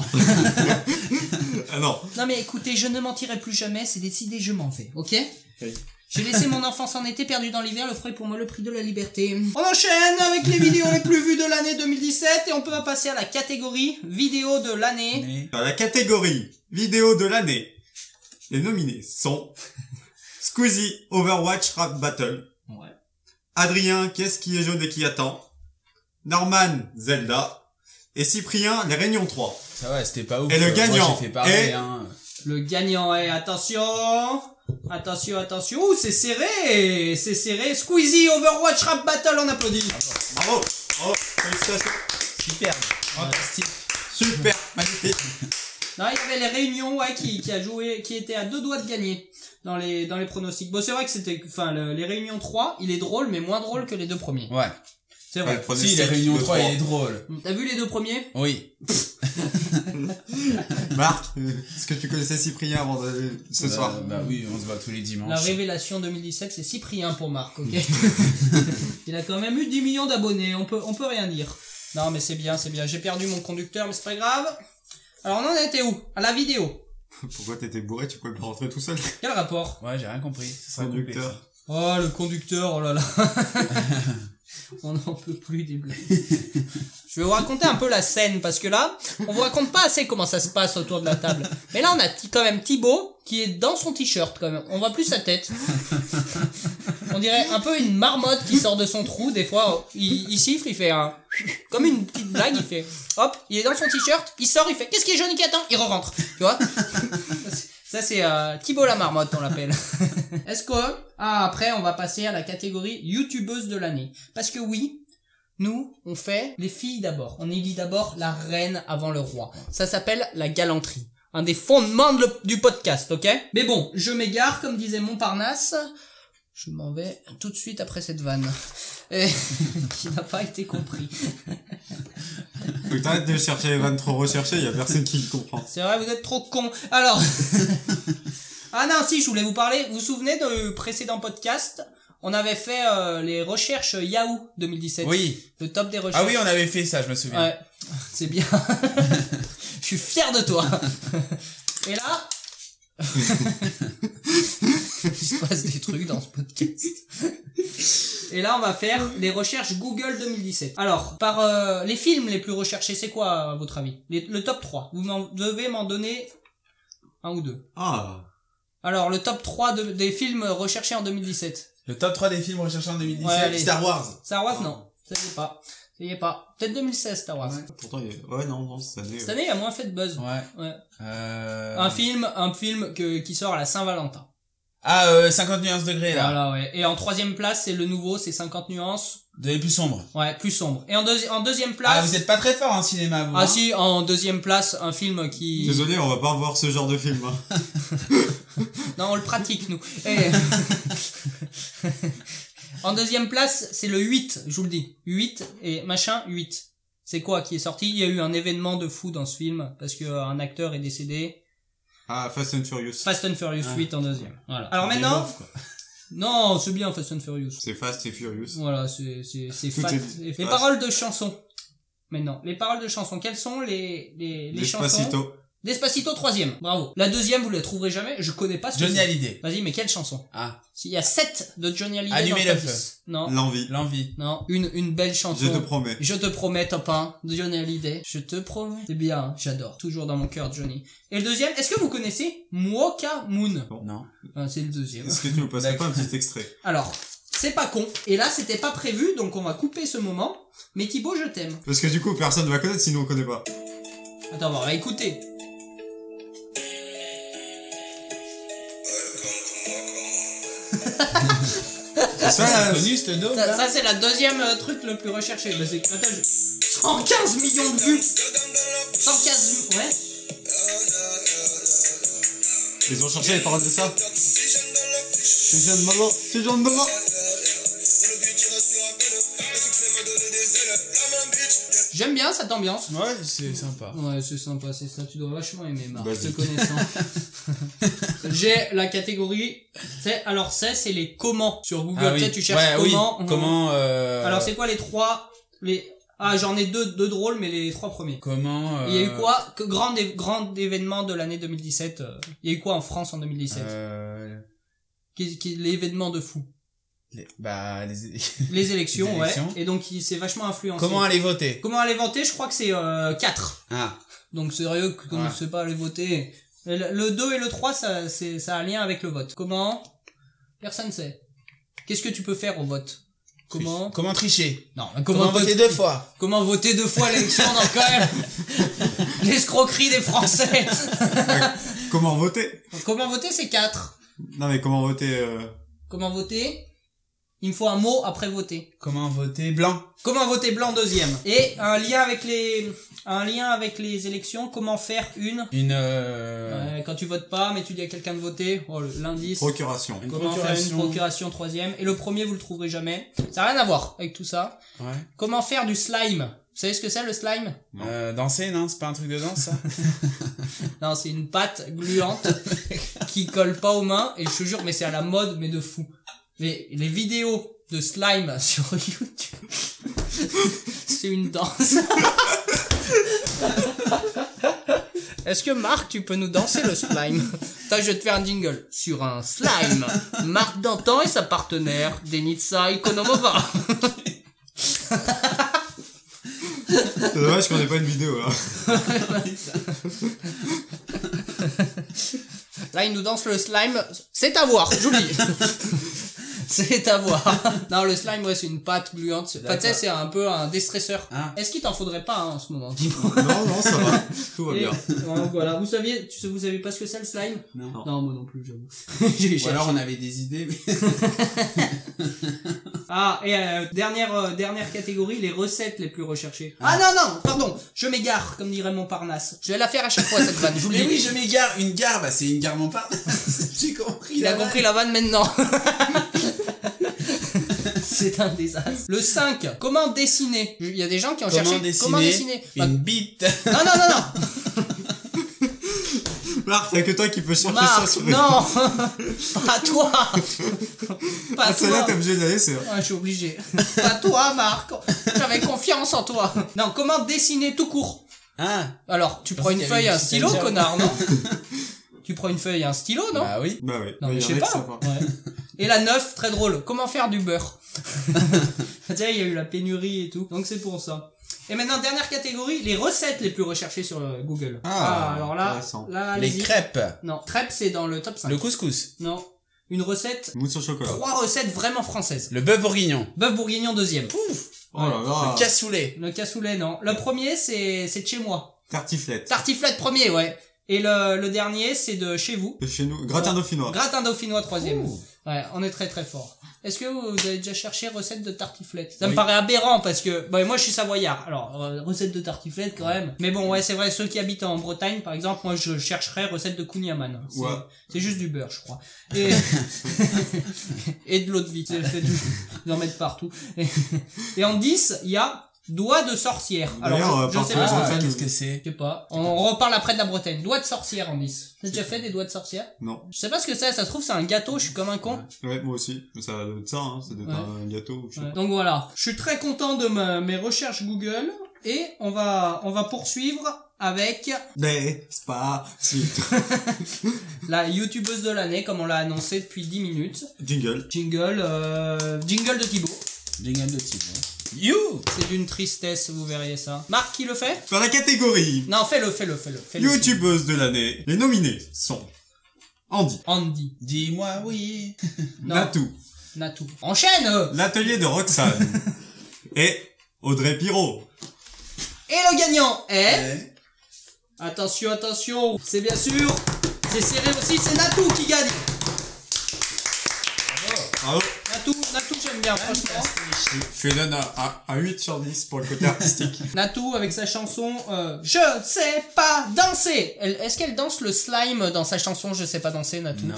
Speaker 1: ah non.
Speaker 2: mais écoutez, je ne mentirai plus jamais, c'est décidé, je m'en vais, ok
Speaker 1: Oui.
Speaker 2: J'ai laissé mon enfance en été, perdue dans l'hiver, le froid est pour moi le prix de la liberté. On enchaîne avec les vidéos les plus vues de l'année 2017 et on peut passer à la catégorie vidéo de l'année.
Speaker 5: Mais-
Speaker 1: Dans la catégorie vidéo de l'année, les nominés sont Squeezie, Overwatch, Rap Battle.
Speaker 2: Ouais.
Speaker 1: Adrien, qu'est-ce qui est jaune et qui attend Norman, Zelda. Et Cyprien, les Réunions 3.
Speaker 5: Ça va, c'était pas ouf.
Speaker 1: Et le
Speaker 5: Euh,
Speaker 1: gagnant
Speaker 5: Moi, j'ai fait pareil,
Speaker 1: est-
Speaker 5: hein.
Speaker 2: Le gagnant est, attention Attention, attention, Ouh, c'est serré C'est serré, Squeezie, Overwatch, Rap Battle, on applaudit
Speaker 1: Bravo Bravo Félicitations
Speaker 5: Super. Fantastique.
Speaker 1: Super Magnifique
Speaker 2: Non, il y avait les réunions, ouais, qui, qui a joué, qui était à deux doigts de gagner dans les, dans les pronostics. Bon, c'est vrai que c'était, enfin, le- les réunions 3, il est drôle, mais moins drôle que les deux premiers.
Speaker 5: Ouais.
Speaker 2: C'est vrai.
Speaker 5: Si, la réunion 3, il est drôle.
Speaker 2: T'as vu les deux premiers?
Speaker 5: Oui.
Speaker 1: Marc, euh, est-ce que tu connaissais Cyprien avant d'aller ce
Speaker 5: Euh,
Speaker 1: soir
Speaker 5: Bah oui, on se voit tous les
Speaker 2: La
Speaker 5: dimanches.
Speaker 2: révélation 2017, c'est Cyprien pour Marc, ok? il a quand même eu 10 millions d'abonnés, on peut, on peut rien dire. Non, mais c'est bien, c'est bien. J'ai perdu mon conducteur, mais c'est pas grave. Alors, on en était où? À la vidéo.
Speaker 1: Pourquoi t'étais bourré Tu pouvais pas rentrer tout seul
Speaker 2: Quel rapport?
Speaker 5: Ouais, j'ai rien compris. Ça sera coupé,
Speaker 1: Conducteur.
Speaker 5: ça.
Speaker 2: Oh, le conducteur, oh là là. on n'en peut plus des blagues. Je vais vous raconter un peu la scène parce que là, on vous raconte pas assez comment ça se passe autour de la table. Mais là, on a Thi- quand même Thibaut qui est dans son t-shirt quand même. On voit plus sa tête. On dirait un peu une marmotte qui sort de son trou. Des fois, il, il siffle, il fait un. Comme une petite blague, il fait. Hop, il est dans son t-shirt, il sort, il fait. Qu'est-ce qui est jaune qui attend Il re-rentre. Tu vois Ça, c'est euh, Thibaut la marmotte, on l'appelle. Est-ce que ah, après on va passer à la catégorie youtubeuse de l'année parce que oui, nous on fait les filles d'abord. On élit d'abord la reine avant le roi. Ça s'appelle la galanterie. Un des fondements de le- du podcast, ok Mais bon, je m'égare, comme disait Montparnasse. Je m'en vais tout de suite après cette vanne. Et- qui n'a pas été compris.
Speaker 1: Faut que t'arrêtes de chercher les vannes trop recherchées, y a personne qui le comprend.
Speaker 2: C'est vrai, vous êtes trop cons. Alors. ah non, si, je voulais vous parler. Vous vous souvenez du précédent podcast On avait fait euh, les recherches Yahoo 2017.
Speaker 5: Oui.
Speaker 2: Le top des recherches.
Speaker 5: Ah oui, on avait fait ça, je me souviens.
Speaker 2: Ouais, c'est bien. Je suis fier de toi. Et là, il se passe des trucs dans ce podcast. Et là, on va faire les recherches Google 2017. Alors, par euh, les films les plus recherchés, c'est quoi à votre avis Les- Le top 3. Vous m'en- devez m'en donner un ou deux.
Speaker 1: Ah.
Speaker 2: Alors, le top 3 de- des films recherchés en 2017.
Speaker 5: Le top 3 des films recherchés en 2017,
Speaker 2: Ouais, allez.
Speaker 5: Star Wars.
Speaker 2: Star Wars, non. Ça y est pas. Ça y est pas. Peut-être 2016, Star Wars.
Speaker 1: Pourtant, il y a... Ouais, non, non, cette année.
Speaker 2: Cette année, il y a moins fait de buzz.
Speaker 5: Ouais.
Speaker 2: Ouais.
Speaker 5: Euh...
Speaker 2: Un film, un film que, qui sort à la Saint-Valentin.
Speaker 5: Ah, euh, 50 nuances degrés, là.
Speaker 2: Voilà, ouais. Et en troisième place, c'est le nouveau, c'est 50 nuances.
Speaker 5: De les plus sombres.
Speaker 2: Ouais, plus sombre. Et en, deuxi- en deuxième
Speaker 5: Ah,
Speaker 2: place.
Speaker 5: vous êtes pas très fort en cinéma, vous.
Speaker 2: Ah,
Speaker 5: hein
Speaker 2: si, en deuxième place, un film qui.
Speaker 1: Désolé, on va pas voir ce genre de film. hein.
Speaker 2: Non, on le pratique, nous. Eh. en deuxième place, c'est le 8, je vous le dis. 8 et machin, 8. C'est quoi qui est sorti Il y a eu un événement de fou dans ce film, parce que euh, un acteur est décédé.
Speaker 1: Ah, Fast and Furious.
Speaker 2: Fast and Furious
Speaker 1: Ah.
Speaker 2: 8 en deuxième. Voilà. Alors
Speaker 1: Il est
Speaker 2: maintenant.
Speaker 1: neuf, quoi.
Speaker 2: Non, c'est bien Fast and Furious.
Speaker 1: C'est Fast et Furious.
Speaker 2: Voilà, c'est c'est c'est
Speaker 1: Tout
Speaker 2: fat.
Speaker 1: est- Bah,
Speaker 2: Les
Speaker 1: ouais.
Speaker 2: paroles de chansons. Maintenant, les paroles de chansons. Quelles sont les les, les chansons
Speaker 1: Despacito.
Speaker 2: Despacito troisième. Bravo. La deuxième, vous la trouverez jamais. Je connais pas. ce que
Speaker 5: Johnny
Speaker 2: c'est.
Speaker 5: Hallyday.
Speaker 2: Vas-y, mais quelle chanson
Speaker 5: Ah.
Speaker 2: S'il y a sept de Johnny Hallyday.
Speaker 5: Allumer
Speaker 2: dans
Speaker 5: le
Speaker 2: top
Speaker 5: feu.
Speaker 2: 10. Non,
Speaker 1: L'envie.
Speaker 5: L'envie.
Speaker 2: non. Une une belle chanson.
Speaker 1: Je te promets.
Speaker 2: Je te promets, top 1, de Johnny Hallyday. Je te promets. C'est bien, hein, j'adore. Toujours dans mon cœur, Johnny. Et le deuxième, est-ce que vous connaissez Mwoka Moon
Speaker 5: Non.
Speaker 2: Ah, C'est le deuxième.
Speaker 1: Est-ce que tu nous passerais pas un petit extrait
Speaker 2: Alors, c'est pas con. Et là, c'était pas prévu, donc on va couper ce moment. Mais Thibaut, je t'aime.
Speaker 1: Parce que du coup, personne va connaître sinon on connaît pas.
Speaker 2: Attends, on va écouter.
Speaker 1: C'est ça,
Speaker 5: Ah, C'est
Speaker 1: là,
Speaker 5: connu, ce dos,
Speaker 2: Ça,
Speaker 5: là
Speaker 2: ça, c'est la deuxième euh, truc le plus recherché. Bah, c'est- attends, je- 115 millions de vues 115 ouais.
Speaker 1: Ils ont cherché les paroles de ça. C'est jeune maman, c'est jeune maman.
Speaker 2: J'aime bien cette ambiance.
Speaker 5: Ouais, c'est sympa.
Speaker 2: Ouais, c'est sympa, c'est ça. Tu dois vachement aimer, Marc,
Speaker 1: Bah,
Speaker 2: te
Speaker 1: oui.
Speaker 2: connaissant. J'ai la catégorie... c'est- Alors, c'est, c'est les comment. Sur Google,
Speaker 5: Ah
Speaker 2: tu sais,
Speaker 5: oui.
Speaker 2: tu cherches
Speaker 5: Ouais, oui.
Speaker 2: comment.
Speaker 5: Comment, euh...
Speaker 2: Alors, c'est quoi les trois... Les... Ah, j'en ai deux, deux drôles, mais les trois premiers.
Speaker 5: Comment, euh...
Speaker 2: Il y a eu quoi que grand, é- grand événement de l'année 2017 euh, Il y a eu quoi en France en 2017
Speaker 5: euh...
Speaker 2: qui, qui- L'événement de fou.
Speaker 5: les- Bah, les...
Speaker 2: Les élections,
Speaker 5: Les élections.
Speaker 2: ouais. Et donc, il s'est vachement influencé.
Speaker 5: Comment aller voter
Speaker 2: Comment aller voter Je crois que c'est 4.
Speaker 5: Ah.
Speaker 2: Donc, sérieux, qu'on
Speaker 5: Ouais.
Speaker 2: ne sait pas aller voter. Le, 2 et le 3, ça, c'est- ça a un lien avec le vote. Comment Personne sait. Qu'est-ce que tu peux faire au vote Comment
Speaker 5: Comment tricher
Speaker 2: Non, mais
Speaker 5: Comment, voter deux fois
Speaker 2: Comment voter deux fois l'élection dans quand même L'escroquerie des Français
Speaker 1: Comment voter
Speaker 2: Comment voter, c'est 4.
Speaker 1: Non mais comment voter euh,
Speaker 2: Comment voter Il me faut un mot après voter.
Speaker 5: Comment voter blanc
Speaker 2: Comment voter blanc deuxième Et un lien avec les un lien avec les élections, comment faire une
Speaker 5: Une... Euh...
Speaker 2: Euh, quand tu votes pas mais tu dis à quelqu'un de voter, oh, le- l'indice.
Speaker 1: Procuration.
Speaker 5: Une
Speaker 2: Comment faire une
Speaker 5: procuration.
Speaker 2: procuration troisième et le premier vous le trouverez jamais. Ça n'a rien à voir avec tout ça.
Speaker 5: Ouais.
Speaker 2: Comment faire du slime Vous savez ce que c'est le slime
Speaker 1: Non.
Speaker 5: Euh, danser, non C'est pas un truc de danse, ça
Speaker 2: Non, c'est une pâte gluante qui colle pas aux mains et je te jure mais c'est à la mode mais de fou. Les, les vidéos de slime sur YouTube. c'est une danse. Est-ce que Marc, tu peux nous danser le slime Attends, je vais te faire un jingle. Sur un slime, Marc Dantan et sa partenaire, Denitsa Ikonomova.
Speaker 1: C'est dommage qu'on ait pas une vidéo hein. là.
Speaker 2: Là, il nous danse le slime. C'est à voir, j'oublie. c'est à voir. Non, le slime, ouais, c'est une pâte gluante. Enfin, tu sais, c'est un peu un déstresseur.
Speaker 5: Ah.
Speaker 2: Est-ce qu'il t'en faudrait pas hein, en ce moment
Speaker 1: Non, non, ça va. Tout
Speaker 5: Oh,
Speaker 1: va
Speaker 2: Et-
Speaker 1: bien.
Speaker 2: Non, voilà. Vous saviez, tu sais, vous savez pas ce que c'est le slime
Speaker 5: Non.
Speaker 2: Non, moi non plus, j'avoue. J'ai
Speaker 5: Ou
Speaker 2: cherché.
Speaker 5: alors on avait des idées, mais...
Speaker 2: Ah, et euh, dernière, euh, dernière catégorie, les recettes les plus recherchées. Ah non, non, pardon, je m'égare, comme dirait Montparnasse. Je vais la faire à chaque fois cette vanne, je vous le
Speaker 5: Mais
Speaker 2: dis.
Speaker 5: Eh oui, je m'égare. Une gare, bah, c'est une gare Montparnasse. J'ai compris.
Speaker 2: Il a
Speaker 5: la vanne.
Speaker 2: compris la vanne maintenant. C'est un désastre. Le 5. Comment dessiner Il y a des gens qui ont
Speaker 5: Comment
Speaker 2: cherché
Speaker 5: dessiner,
Speaker 2: comment dessiner. Bah,
Speaker 5: une bite.
Speaker 2: Non, non, non, non.
Speaker 1: Marc, y'a que toi qui peux chercher ça
Speaker 2: Marc,
Speaker 1: sur les-
Speaker 2: non. Pas toi. Pas
Speaker 1: Ah, celle-là,
Speaker 2: toi.
Speaker 1: t'es obligé d'aller, c'est
Speaker 2: Ouais, je suis obligé. Pas toi, Marc. J'avais confiance en toi. Non, comment dessiner tout court
Speaker 5: Ah,
Speaker 2: Alors, tu
Speaker 5: Parce
Speaker 2: prends une
Speaker 5: qu'il y
Speaker 2: feuille et
Speaker 5: avait
Speaker 2: un
Speaker 5: une
Speaker 2: stylo,
Speaker 5: système.
Speaker 2: connard, non Tu prends une feuille et un stylo, non
Speaker 5: Bah oui.
Speaker 1: Bah ouais.
Speaker 2: Non,
Speaker 1: Ouais,
Speaker 2: mais
Speaker 1: y
Speaker 2: je
Speaker 1: en a
Speaker 2: sais
Speaker 1: qui
Speaker 2: pas. hein.
Speaker 1: savent pas.
Speaker 2: Ouais. Et la 9, très drôle. Comment faire du beurre Tu sais, il y a eu la pénurie et tout. Donc c'est pour ça. Et maintenant, dernière catégorie, les recettes les plus recherchées sur euh, Google.
Speaker 5: Ah,
Speaker 2: alors là,
Speaker 1: intéressant.
Speaker 2: là
Speaker 5: les
Speaker 2: allez-y.
Speaker 5: crêpes.
Speaker 2: Non, crêpes, c'est dans le top 5.
Speaker 5: Le couscous.
Speaker 2: Non. Une recette,
Speaker 1: Mousse au chocolat.
Speaker 2: trois recettes vraiment françaises.
Speaker 5: Le bœuf bourguignon.
Speaker 2: Bœuf bourguignon deuxième.
Speaker 1: Oh là là.
Speaker 5: Le cassoulet.
Speaker 2: Le cassoulet, non. Le premier, c'est c'est de chez moi.
Speaker 1: Tartiflette.
Speaker 2: Tartiflette premier, ouais. Et le, le dernier, c'est de chez vous.
Speaker 1: De Chez nous, gratin dauphinois.
Speaker 2: Gratin dauphinois troisième.
Speaker 5: Ouh.
Speaker 2: Ouais, on est très très fort. Est-ce que vous vous avez déjà cherché recette de tartiflette Ça me
Speaker 5: Oui.
Speaker 2: paraît aberrant parce que bah, moi je suis savoyard. Alors euh, recette de tartiflette quand même. Mais bon ouais c'est vrai ceux qui habitent en Bretagne par exemple moi je chercherais recette de kouign-amann. C'est
Speaker 1: Ouais.
Speaker 2: c'est juste du beurre je crois. Et, et de l'eau de vie. C'est le fait de- d'en mettre partout. Et, et en 10 il y a doigt de sorcière.
Speaker 1: D'ailleurs,
Speaker 2: Alors je,
Speaker 1: euh,
Speaker 2: je sais
Speaker 1: parfois,
Speaker 2: pas.
Speaker 1: j'en
Speaker 5: Ah,
Speaker 1: fais
Speaker 5: qu'est-ce
Speaker 1: le-
Speaker 5: que c'est
Speaker 2: Je sais pas. On reparle après de la Bretagne. Doigt de sorcière en 10. T'as déjà fait des doigts de sorcière
Speaker 1: Non.
Speaker 2: Je sais pas ce que c'est. Ça se trouve c'est un gâteau. Je suis comme un con.
Speaker 1: Ouais, moi aussi. Mais Ça doit être ça, hein. Ça doit être
Speaker 2: Ouais.
Speaker 1: un gâteau ou je sais
Speaker 2: Ouais. Donc voilà, je suis très content de ma- mes recherches Google et on va on va poursuivre avec
Speaker 1: pas. Des spa. Si.
Speaker 2: la youtubeuse de l'année comme on l'a annoncé depuis 10 minutes.
Speaker 1: Jingle.
Speaker 2: Jingle euh, jingle de Thibaut.
Speaker 5: Jingle de type. hein. You
Speaker 2: C'est d'une tristesse, vous verriez ça. Marc qui le fait
Speaker 1: Dans la catégorie
Speaker 2: Non, fais-le, fais-le, fais-le. fais-le.
Speaker 1: YouTubeuse de l'année, les nominés sont Andy,
Speaker 2: Andy,
Speaker 5: Dis-moi oui.
Speaker 2: Non.
Speaker 1: Natou,
Speaker 2: Natou. Enchaîne euh
Speaker 1: l'atelier de Roxane et Audrey Pirot.
Speaker 2: Et le gagnant est
Speaker 5: Ouais.
Speaker 2: Attention, attention, c'est bien sûr c'est serré aussi, c'est Natou qui gagne.
Speaker 1: Bravo.
Speaker 2: Natou, Natou j'aime bien franchement.
Speaker 1: Ah, oh, Je lui donne un, un- un 8 sur 10 pour le côté artistique.
Speaker 2: Natou avec sa chanson euh, Je sais pas danser. Elle- Est-ce qu'elle danse le slime dans sa chanson Je sais pas danser, Natou
Speaker 5: Non.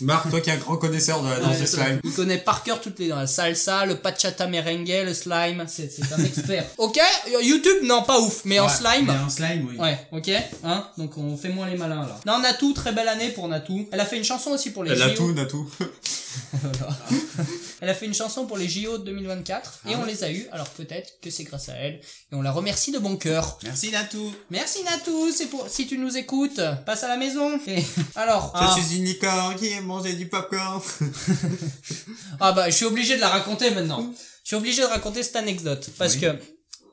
Speaker 1: Marc, toi qui es un grand connaisseur de la danse
Speaker 2: Ouais,
Speaker 1: de slime.
Speaker 2: Il connaît par cœur toutes les la salsa, le pachata merengue, le slime. C'est c'est un expert. ok, euh, YouTube non pas ouf, mais en
Speaker 5: Ouais,
Speaker 2: slime.
Speaker 5: mais en slime, oui.
Speaker 2: Ouais, ok, hein, donc on fait moins les malins là. Non, Natou, très belle année pour Natou. Elle a fait une chanson aussi pour les JO.
Speaker 1: Natou, Natou.
Speaker 2: Voilà. elle a fait une chanson pour les JO de 2024
Speaker 5: Ah
Speaker 2: et on les a eus, alors peut-être que c'est grâce à elle. Et on la remercie de bon cœur.
Speaker 5: Merci Natou.
Speaker 2: Merci Natou, c'est pour si tu nous écoutes, passe à la maison. Et- alors, ah,
Speaker 1: Je suis une licorne qui aime manger du popcorn.
Speaker 2: ah bah je suis obligé de la raconter maintenant. Je suis obligé de raconter cette anecdote parce
Speaker 5: Oui.
Speaker 2: que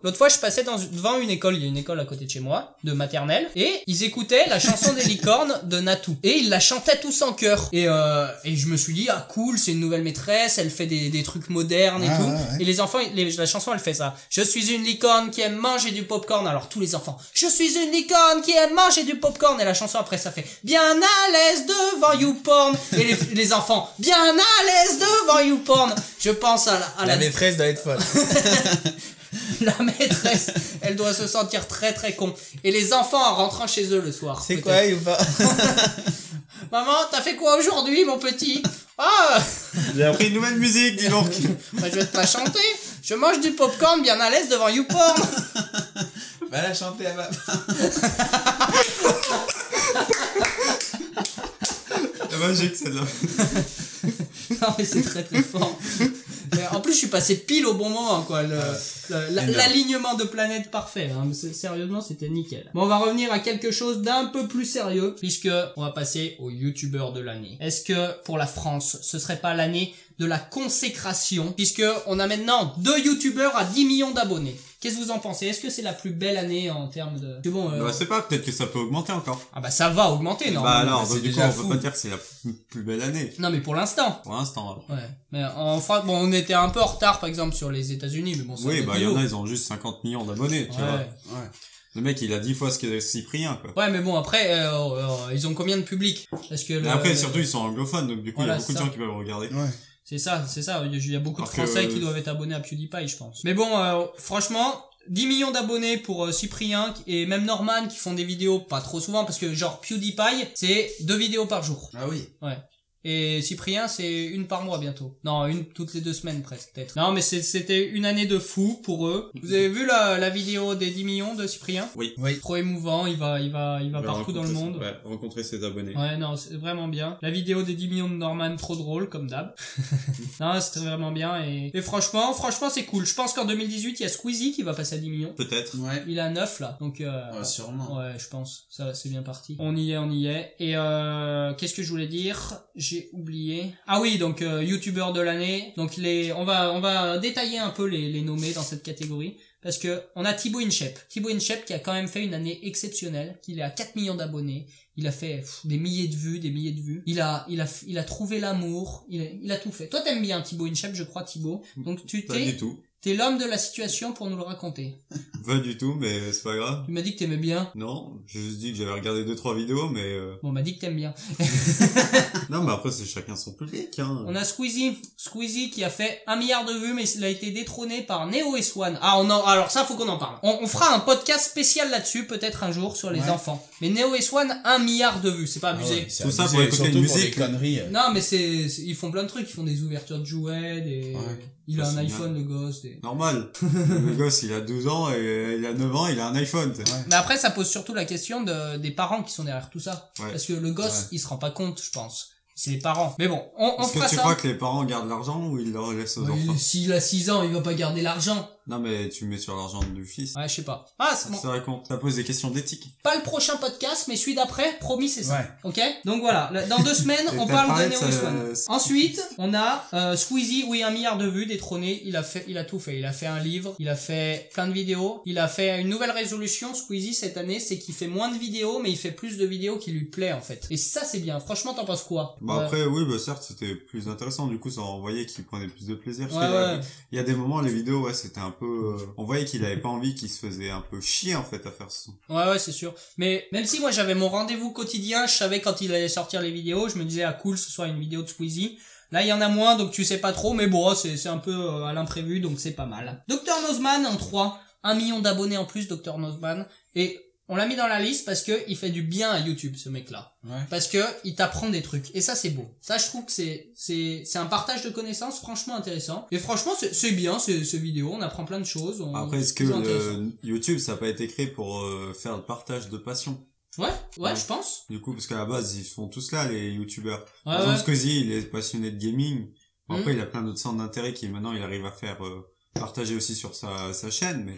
Speaker 2: l'autre fois je passais dans, devant une école, il y a une école à côté de chez moi, de maternelle, et ils écoutaient la chanson des licornes de Natou et ils la chantaient tous en chœur. Et euh, et je me suis dit ah cool, c'est une nouvelle maîtresse, elle fait des, des trucs modernes et
Speaker 5: Ouais,
Speaker 2: tout.
Speaker 5: Ah, ouais, ouais.
Speaker 2: Et les enfants, les- la chanson, elle fait ça. Je suis une licorne qui aime manger du popcorn. Alors tous les enfants, je suis une licorne qui aime manger du popcorn. Et la chanson après, ça fait bien à l'aise devant YouPorn. Et les, les enfants, bien à l'aise devant YouPorn. Je pense à la, à
Speaker 5: La
Speaker 2: la,
Speaker 5: maîtresse doit être folle.
Speaker 2: la maîtresse. Elle doit se sentir très très con. Et les enfants en rentrant chez eux le soir.
Speaker 5: C'est
Speaker 2: peut-être.
Speaker 5: quoi ou pas
Speaker 2: Maman, t'as fait quoi aujourd'hui, mon petit Ah,
Speaker 1: J'ai appris une nouvelle musique, dis donc.
Speaker 2: bah, je vais te la chanter. Je mange du popcorn bien à l'aise devant YouPorn.
Speaker 5: Va la chanter à ma
Speaker 1: Ah bah, j'ai que celle-là.
Speaker 2: Non mais c'est très très fort. Mais en plus je suis passé pile au bon moment quoi. Le- le- la-
Speaker 5: énorme.
Speaker 2: L'alignement de planètes parfait. hein. Mais c'est- Sérieusement c'était nickel. Bon on va revenir à quelque chose d'un peu plus sérieux puisque on va passer au youtubeur de l'année. Est-ce que pour la France ce serait pas l'année de la consécration puisque on a maintenant deux youtubeurs à 10 millions d'abonnés. Qu'est-ce que vous en pensez Est-ce que c'est la plus belle année en termes de... C'est bon, euh,
Speaker 1: Bah, c'est pas, peut-être que ça peut augmenter encore.
Speaker 2: Ah bah ça va augmenter non
Speaker 1: bah alors,
Speaker 5: c'est
Speaker 1: donc, du coup,
Speaker 5: déjà
Speaker 1: on peut
Speaker 5: fou.
Speaker 1: pas dire que c'est la plus- plus belle année.
Speaker 2: Non mais pour l'instant.
Speaker 1: Pour l'instant. alors.
Speaker 2: Ouais. Mais en France, bon, on était un peu en retard, par exemple, sur les États-Unis, mais bon, ça
Speaker 1: Oui,
Speaker 2: date
Speaker 1: bah,
Speaker 2: de
Speaker 1: il y en
Speaker 2: nous.
Speaker 1: a, ils ont juste 50 millions d'abonnés, tu vois.
Speaker 2: Ouais.
Speaker 5: Ouais.
Speaker 1: Le mec, il a 10 fois ce que Cyprien, quoi.
Speaker 2: ouais, mais bon, après, euh, euh, ils ont combien de public Parce que
Speaker 1: Et
Speaker 2: le-
Speaker 1: après, surtout, ils sont anglophones, donc du coup, il
Speaker 2: Voilà,
Speaker 1: y a beaucoup de
Speaker 2: ça.
Speaker 1: gens qui peuvent regarder.
Speaker 5: Ouais.
Speaker 2: C'est ça, c'est ça. Il y a- il y a beaucoup de
Speaker 1: Alors que- euh,
Speaker 2: Français qui doivent être abonnés à PewDiePie, je pense. Mais bon, euh, franchement, 10 millions d'abonnés pour euh, Cyprien et même Norman qui font des vidéos pas trop souvent parce que genre PewDiePie, c'est deux vidéos par jour.
Speaker 5: Ah oui.
Speaker 2: Et Cyprien, c'est une par mois bientôt. Non, une toutes les deux semaines presque, peut-être. Non, mais c'est- c'était une année de fou pour eux. Vous avez vu la, la vidéo des 10 millions de Cyprien
Speaker 5: Oui.
Speaker 2: Trop émouvant, il va, il va, il va
Speaker 1: Ouais,
Speaker 2: partout dans le
Speaker 1: rencontrer-
Speaker 2: monde.
Speaker 1: Ouais, rencontrer ses abonnés.
Speaker 2: Ouais, non, c'est vraiment bien. La vidéo des 10 millions de Norman, trop drôle, comme d'hab. non, c'était vraiment bien. Et, et franchement, franchement, c'est cool. Je pense qu'en 2018, il y a Squeezie qui va passer à 10 millions.
Speaker 1: Peut-être.
Speaker 5: Ouais.
Speaker 2: Il a 9 là, donc... Euh,
Speaker 5: Ah, Ouais, sûrement.
Speaker 2: Ouais, je pense. Ça, c'est bien parti. On y est, on y est. Et euh, qu'est-ce que je voulais dire J'ai oublié. Ah oui, donc euh, youtubeur de l'année. Donc les, on va, on va détailler un peu les, les nommés dans cette catégorie. Parce que on a Thibaut Inchep. Thibaut Inchep qui a quand même fait une année exceptionnelle. qu'il est à 4 millions d'abonnés. Il a fait pff, des milliers de vues, des milliers de vues. Il a, il a, il a trouvé l'amour. Il a, il a tout fait. Toi t'aimes bien Thibaut Inchep, je crois Thibaut. Donc tu
Speaker 1: Pas du
Speaker 2: t'es,
Speaker 1: tout.
Speaker 2: t'es l'homme de la situation pour nous le raconter.
Speaker 1: Pas du tout, mais c'est pas grave.
Speaker 2: Tu m'as dit que t'aimais bien.
Speaker 1: Non, j'ai juste dit que j'avais regardé deux trois vidéos, mais euh,
Speaker 2: Bon, on m'a dit que t'aimes bien.
Speaker 1: non, mais après c'est chacun son public. Hein.
Speaker 2: On a Squeezie, Squeezie qui a fait un milliard de vues, mais il a été détrôné par Neo et Swan. Ah, on en, alors ça, faut qu'on en parle. On, on fera un podcast spécial là-dessus, peut-être un jour, sur les
Speaker 5: Ouais.
Speaker 2: enfants. Mais Neo et Swan, un milliard de vues, c'est
Speaker 5: Ah,
Speaker 1: Ah
Speaker 2: pas abusé.
Speaker 1: Tout ça pour écouter une musique.
Speaker 5: Pour des conneries. euh.
Speaker 2: Non, mais c'est, c'est- ils font plein de trucs, ils font des ouvertures de jouets, des...
Speaker 1: Ouais.
Speaker 2: il a
Speaker 1: Ça,
Speaker 2: un
Speaker 1: c'est
Speaker 2: iPhone, le gosse. Des...
Speaker 1: Normal. le gosse, il a 12 ans et euh, il a 9 ans, il a un iPhone. t'sais.
Speaker 2: Mais après, ça pose surtout la question de, des parents qui sont derrière tout ça.
Speaker 1: Ouais.
Speaker 2: Parce que le gosse,
Speaker 5: Ouais.
Speaker 2: il se rend pas compte, je pense. C'est les parents. Mais bon, on, on
Speaker 1: Est-ce
Speaker 2: fera
Speaker 1: que tu
Speaker 2: ça.
Speaker 1: crois que les parents gardent l'argent ou ils le laissent aux
Speaker 2: Ouais,
Speaker 1: enfants
Speaker 2: S'il a 6 ans, il va pas garder l'argent.
Speaker 1: Non, mais tu mets sur l'argent du fils.
Speaker 2: Ouais, je sais pas. Ah, c'est bon.
Speaker 1: Ça raconte. Ça pose des questions d'éthique.
Speaker 2: pas le prochain podcast, mais celui d'après, promis, c'est ça.
Speaker 5: Ouais.
Speaker 2: Ok Donc voilà, là, dans deux semaines,
Speaker 1: Et
Speaker 2: on
Speaker 1: t'as
Speaker 2: parle
Speaker 1: parlé
Speaker 2: de
Speaker 1: de
Speaker 2: Neo et
Speaker 1: ça,
Speaker 2: Swan.
Speaker 1: euh,
Speaker 2: Ensuite, on a euh, Squeezie, oui, un milliard de vues, détrôné. Il a fait, il a tout fait. Il a fait un livre, il a fait plein de vidéos, il a fait une nouvelle résolution. Squeezie cette année, c'est qu'il fait moins de vidéos, mais il fait plus de vidéos qui lui plaît en fait. Et ça, c'est bien. Franchement, t'en penses quoi Euh,
Speaker 1: Bah
Speaker 2: Ouais.
Speaker 1: après oui bah certes c'était plus intéressant du coup ça on voyait qu'il prenait plus de plaisir parce euh,
Speaker 2: Ouais,
Speaker 1: qu'il y a-
Speaker 2: ouais.
Speaker 1: il y a des moments les vidéos ouais c'était un peu euh, on voyait qu'il avait pas envie qu'il se faisait un peu chier en fait à faire ce son.
Speaker 2: Ouais, ouais, c'est sûr. Mais même si moi j'avais mon rendez-vous quotidien, je savais quand il allait sortir les vidéos, je me disais, ah cool, ce soit une vidéo de Squeezie. Là, il y en a moins, donc tu sais pas trop, mais bon, c'est c'est un peu euh, à l'imprévu, donc c'est pas mal. Dr Nozman en 3, un million d'abonnés en plus, Dr Nozman. Et on l'a mis dans la liste parce que il fait du bien à YouTube, ce mec-là.
Speaker 5: Ouais.
Speaker 2: Parce que il t'apprend des trucs. Et ça, c'est beau. Ça, je trouve que c'est, c'est, c'est un partage de connaissances franchement intéressant. Et franchement, c'est c'est bien, ce, ce vidéo. On apprend plein de choses. on-
Speaker 1: Après est-ce que
Speaker 2: Mm. c'est intéressant.
Speaker 1: le YouTube ça a pas été créé pour euh, faire le partage de passion
Speaker 2: Ouais, ouais,
Speaker 1: Ouais.
Speaker 2: je pense.
Speaker 1: du coup parce qu'à la base ils font tout cela les YouTubeurs.
Speaker 2: Ouais,
Speaker 1: Par
Speaker 2: ouais.
Speaker 1: exemple Squeezie il est passionné de gaming. Bon, Après
Speaker 2: Mhm.
Speaker 1: il a plein d'autres centres d'intérêt qui maintenant il arrive à faire euh, partager aussi sur sa sa chaîne mais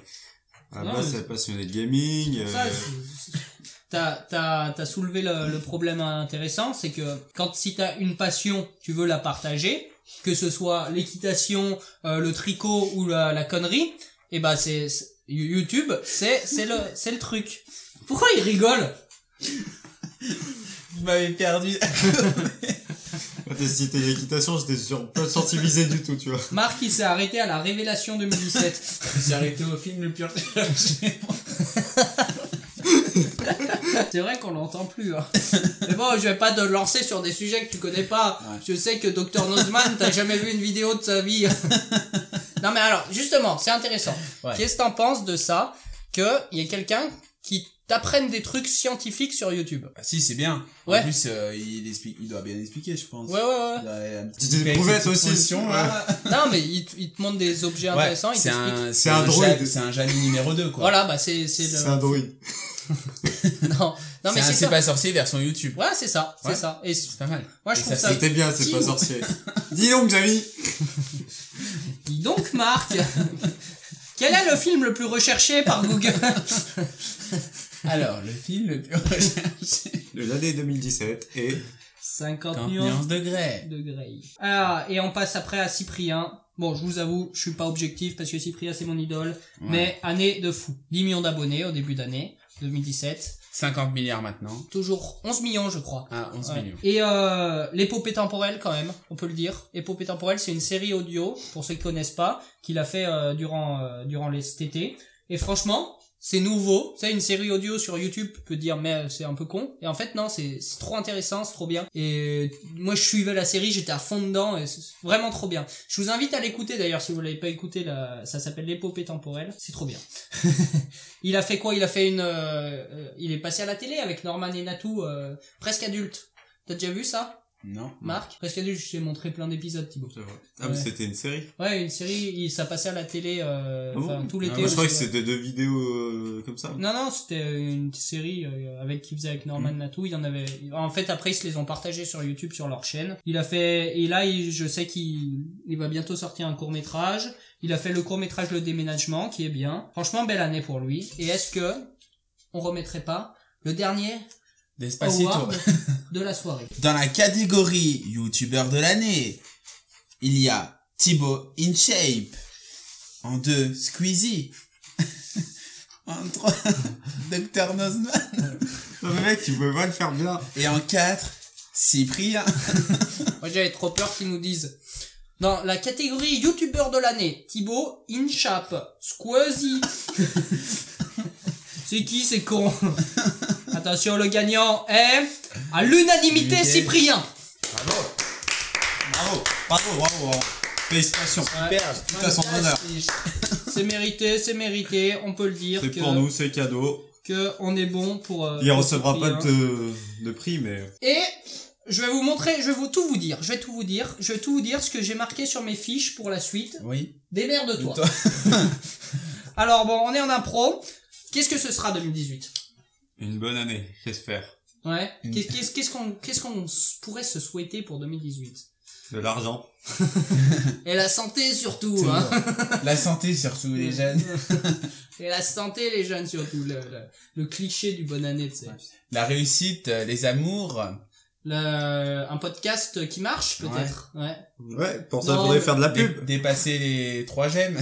Speaker 1: à la
Speaker 2: Non,
Speaker 1: base
Speaker 2: mais-
Speaker 1: c'est passionné de gaming.
Speaker 2: Ça,
Speaker 1: euh,
Speaker 2: c'est- c'est- t'as t'as t'as soulevé le, le problème intéressant, c'est que quand si t'as une passion, tu veux la partager, que ce soit l'équitation, euh, le tricot ou la, la connerie, et ben c'est c'est- YouTube, c'est c'est le c'est le truc. Pourquoi il rigole
Speaker 5: Vous m'avez perdu.
Speaker 1: Quand t'as cité l'équitation, j'étais sûr, pas sorti visé du tout, tu vois.
Speaker 2: Marc, il s'est arrêté à la révélation 2017.
Speaker 5: J'ai arrêté au film le pur.
Speaker 2: C'est vrai qu'on l'entend plus. Hein. Mais bon, je vais pas te lancer sur des sujets que tu connais pas.
Speaker 5: Ouais.
Speaker 2: Je sais que Dr Nozman, t'as jamais vu une vidéo de sa vie. non mais alors, justement, c'est intéressant.
Speaker 5: Ouais.
Speaker 2: Qu'est-ce que t'en penses de ça Que y ait quelqu'un qui t'apprenne des trucs scientifiques sur YouTube
Speaker 5: Ah, si, c'est bien.
Speaker 2: Ouais.
Speaker 5: En plus, euh, il, explique, il doit bien expliquer, je pense.
Speaker 2: Ouais, ouais, ouais.
Speaker 5: Il a un
Speaker 1: Tu
Speaker 5: petit
Speaker 1: t'es
Speaker 5: effet
Speaker 1: prouvé,
Speaker 5: avec
Speaker 1: toi
Speaker 5: cette
Speaker 1: aussi.
Speaker 5: position, là.
Speaker 2: non mais il, te- il te montre des objets
Speaker 5: Ouais,
Speaker 2: intéressants, il
Speaker 5: c'est
Speaker 2: t'explique.
Speaker 5: un,
Speaker 1: C'est un droïde.
Speaker 5: Jade- C'est un Jade numéro 2, quoi.
Speaker 2: Voilà, bah c'est c'est
Speaker 1: C'est
Speaker 2: le.
Speaker 1: un druide.
Speaker 2: Non, non mais
Speaker 5: c'est
Speaker 2: c'est
Speaker 5: un C'est
Speaker 2: ça.
Speaker 5: pas sorcier version YouTube.
Speaker 2: Ouais, c'est ça, c'est
Speaker 5: Ouais.
Speaker 2: ça. Et c-
Speaker 5: C'est pas mal.
Speaker 2: moi je
Speaker 5: Et
Speaker 2: trouve
Speaker 5: ça
Speaker 2: ça.
Speaker 1: C'était bien, c'est pas
Speaker 2: Dis-
Speaker 1: sorcier. Dis donc, Xavi
Speaker 2: Dis donc Marc, quel est le film le plus recherché par Google
Speaker 5: Alors, le film le plus recherché.
Speaker 1: De l'année 2017 et
Speaker 2: 50
Speaker 5: 40
Speaker 2: millions
Speaker 5: nuances de Grey.
Speaker 2: de Grey. Ah, et on passe après à Cyprien. Bon, je vous avoue, je suis pas objectif parce que Cyprien c'est mon idole,
Speaker 5: Ouais.
Speaker 2: mais année de fou. 10 millions d'abonnés au début d'année 2017.
Speaker 5: 50 milliards maintenant.
Speaker 2: Toujours 11 millions, je crois.
Speaker 5: Ah, 11
Speaker 2: Ouais.
Speaker 5: millions.
Speaker 2: Et euh, l'épopée temporelle quand même, on peut le dire. Épopée temporelle, c'est une série audio pour ceux qui connaissent pas, qu'il a fait euh, durant euh, durant les- cet été. Et franchement, c'est nouveau. Tu sais, une série audio sur YouTube peut dire mais euh, c'est un peu con. Et en fait non, c'est c'est trop intéressant, c'est trop bien. Et moi je suivais la série, j'étais à fond dedans et c'est vraiment trop bien. Je vous invite à l'écouter d'ailleurs si vous l'avez pas écouté. Là, ça s'appelle l'épopée temporelle. C'est trop bien. il a fait quoi Il a fait une. euh, euh, il est passé à la télé avec Norman et Natou, euh, presque adulte. T'as déjà vu ça,
Speaker 5: Non.
Speaker 2: Marc Presque adulte. Je t'ai montré plein d'épisodes, Thibaut.
Speaker 1: C'est vrai. Ah, mais
Speaker 2: Ouais.
Speaker 1: c'était une série.
Speaker 2: Ouais, une série, il- ça passait à la télé, euh,
Speaker 1: Ah bon
Speaker 2: enfin, tout l'été.
Speaker 5: Ah,
Speaker 1: Moi, je croyais que
Speaker 2: aussi, ouais.
Speaker 1: c'était deux vidéos euh, comme ça.
Speaker 2: Non, non, c'était une série euh, avec qui faisait avec Norman
Speaker 1: Mm.
Speaker 2: Natou. Il y en avait. En fait, après, ils se les ont partagés sur YouTube, sur leur chaîne. Il a fait. Et là, il- je sais qu'il il va bientôt sortir un court métrage. Il a fait le court métrage Le déménagement, qui est bien. Franchement, belle année pour lui. Et est-ce que on remettrait pas le dernier
Speaker 5: Despacito.
Speaker 2: award de la soirée
Speaker 5: Dans la catégorie youtubeur de l'année, il y a Thibaut InShape. En deux, Squeezie. en trois, Dr Nozman.
Speaker 1: Non, mais mec, tu peux pas le faire bien.
Speaker 5: Et en quatre, Cyprien.
Speaker 2: Moi, j'avais trop peur qu'ils nous disent. Dans la catégorie youtubeur de l'année, Thibaut Inchap, Squeezie. c'est qui ces cons Attention, le gagnant est à l'unanimité
Speaker 5: Miguel.
Speaker 2: Cyprien.
Speaker 5: Bravo. Bravo. Bravo, bravo. bravo. Félicitations.
Speaker 2: Super.
Speaker 5: Tout à son honneur.
Speaker 2: C'est mérité, c'est mérité, on peut le dire
Speaker 1: C'est
Speaker 2: que,
Speaker 1: pour nous, c'est cadeau.
Speaker 2: que on est bon pour. euh,
Speaker 1: Il
Speaker 2: pour
Speaker 1: recevra
Speaker 2: Cyprien.
Speaker 1: pas de, de prix, mais.
Speaker 2: Et je vais vous montrer, je vais vous tout vous dire, je vais tout vous dire, je vais tout vous dire ce que j'ai marqué sur mes fiches pour la suite.
Speaker 5: Oui.
Speaker 2: Démerde-toi.
Speaker 5: Toi.
Speaker 2: Alors bon, on est en impro. Qu'est-ce que ce sera 2018
Speaker 1: Une bonne année, j'espère.
Speaker 2: Ouais.
Speaker 5: Mm.
Speaker 2: Qu'est- Qu'est-ce qu'est-ce qu'on qu'est-ce qu'on s- pourrait se souhaiter pour 2018
Speaker 1: De l'argent.
Speaker 2: Et la santé surtout.
Speaker 5: C'est
Speaker 2: Hein.
Speaker 5: bon. La santé surtout les jeunes.
Speaker 2: Et la santé les jeunes surtout. Le, le- le cliché du bonne année, tu sais.
Speaker 5: La réussite, euh, les amours.
Speaker 2: Le- un podcast qui marche peut-être. Ouais.
Speaker 1: Ouais, pour ça,
Speaker 2: Non,
Speaker 1: faudrait
Speaker 2: mais-
Speaker 1: faire de la
Speaker 5: dé-
Speaker 1: pub.
Speaker 5: Dépasser les trois gemmes.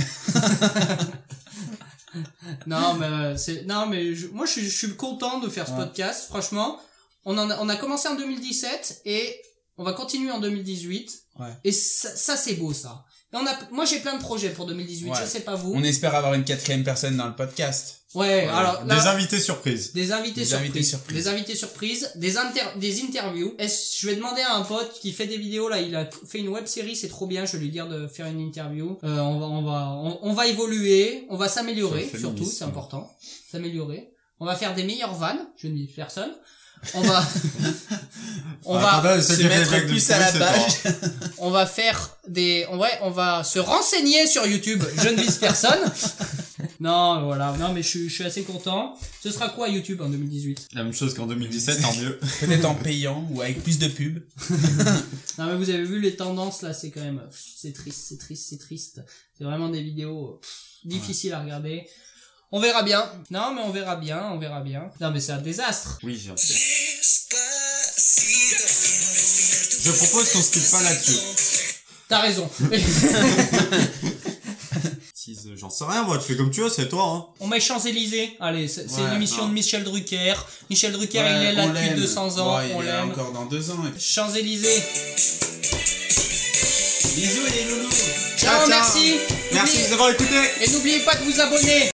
Speaker 2: Non mais euh, c'est non mais je- moi je, suis- je suis content de faire ce
Speaker 5: Ouais.
Speaker 2: podcast. Franchement, on en a, on a commencé en 2017 et on va continuer en 2018.
Speaker 5: Ouais.
Speaker 2: Et ça, ça, c'est beau ça. Et on a moi j'ai plein de projets pour 2018.
Speaker 5: Ouais.
Speaker 2: Je sais pas vous.
Speaker 5: On espère avoir une quatrième personne dans le podcast.
Speaker 2: Ouais,
Speaker 1: Voilà.
Speaker 2: alors là,
Speaker 1: Des invités surprises.
Speaker 2: des invités
Speaker 5: Des
Speaker 2: surprises,
Speaker 5: invités surprises.
Speaker 2: des invités surprises, des inter- des interviews. Est-ce je vais demander à un pote qui fait des vidéos là, il a fait une web série, c'est trop bien, je vais lui dire de faire une interview. Euh, on va on va on, on va évoluer, on va s'améliorer
Speaker 1: Sur le
Speaker 2: surtout,
Speaker 1: féminisme.
Speaker 2: c'est important, s'améliorer. On va faire des meilleures vannes, je ne dis personne. On va on va
Speaker 5: se mettre plus à la page.
Speaker 2: on va faire des on va on va se renseigner sur YouTube je ne vise personne non mais voilà non mais je, suis- je suis assez content ce sera quoi YouTube en 2018
Speaker 1: La même chose qu'en 2017, tant mieux.
Speaker 5: Peut-être en payant ou avec plus de pubs.
Speaker 2: non mais vous avez vu les tendances là c'est quand même pff, c'est triste c'est triste c'est triste c'est vraiment des vidéos pff, difficiles à regarder on verra bien non mais on verra bien on verra bien non mais c'est un désastre
Speaker 1: Oui, j'ai
Speaker 4: Je
Speaker 1: Je propose qu'on se quitte pas là-dessus.
Speaker 2: t'as raison
Speaker 1: Six, J'en sais rien, moi, tu fais comme tu veux, c'est toi, hein.
Speaker 2: on met Champs Élysées allez c'est c'est
Speaker 5: Ouais,
Speaker 2: une émission
Speaker 1: non.
Speaker 2: de Michel Drucker Michel Drucker
Speaker 5: Ouais,
Speaker 2: il est là
Speaker 5: on
Speaker 2: depuis
Speaker 5: l'aime.
Speaker 2: 200 ans
Speaker 5: Ouais, il
Speaker 2: on
Speaker 5: est là
Speaker 2: l'aime
Speaker 5: encore dans deux ans.
Speaker 2: Champs Élysées
Speaker 5: Bisous les loulous.
Speaker 2: Ciao, merci.
Speaker 1: Merci de
Speaker 2: N'oubliez-
Speaker 1: nous avoir écoutés.
Speaker 2: Et n'oubliez pas de vous abonner.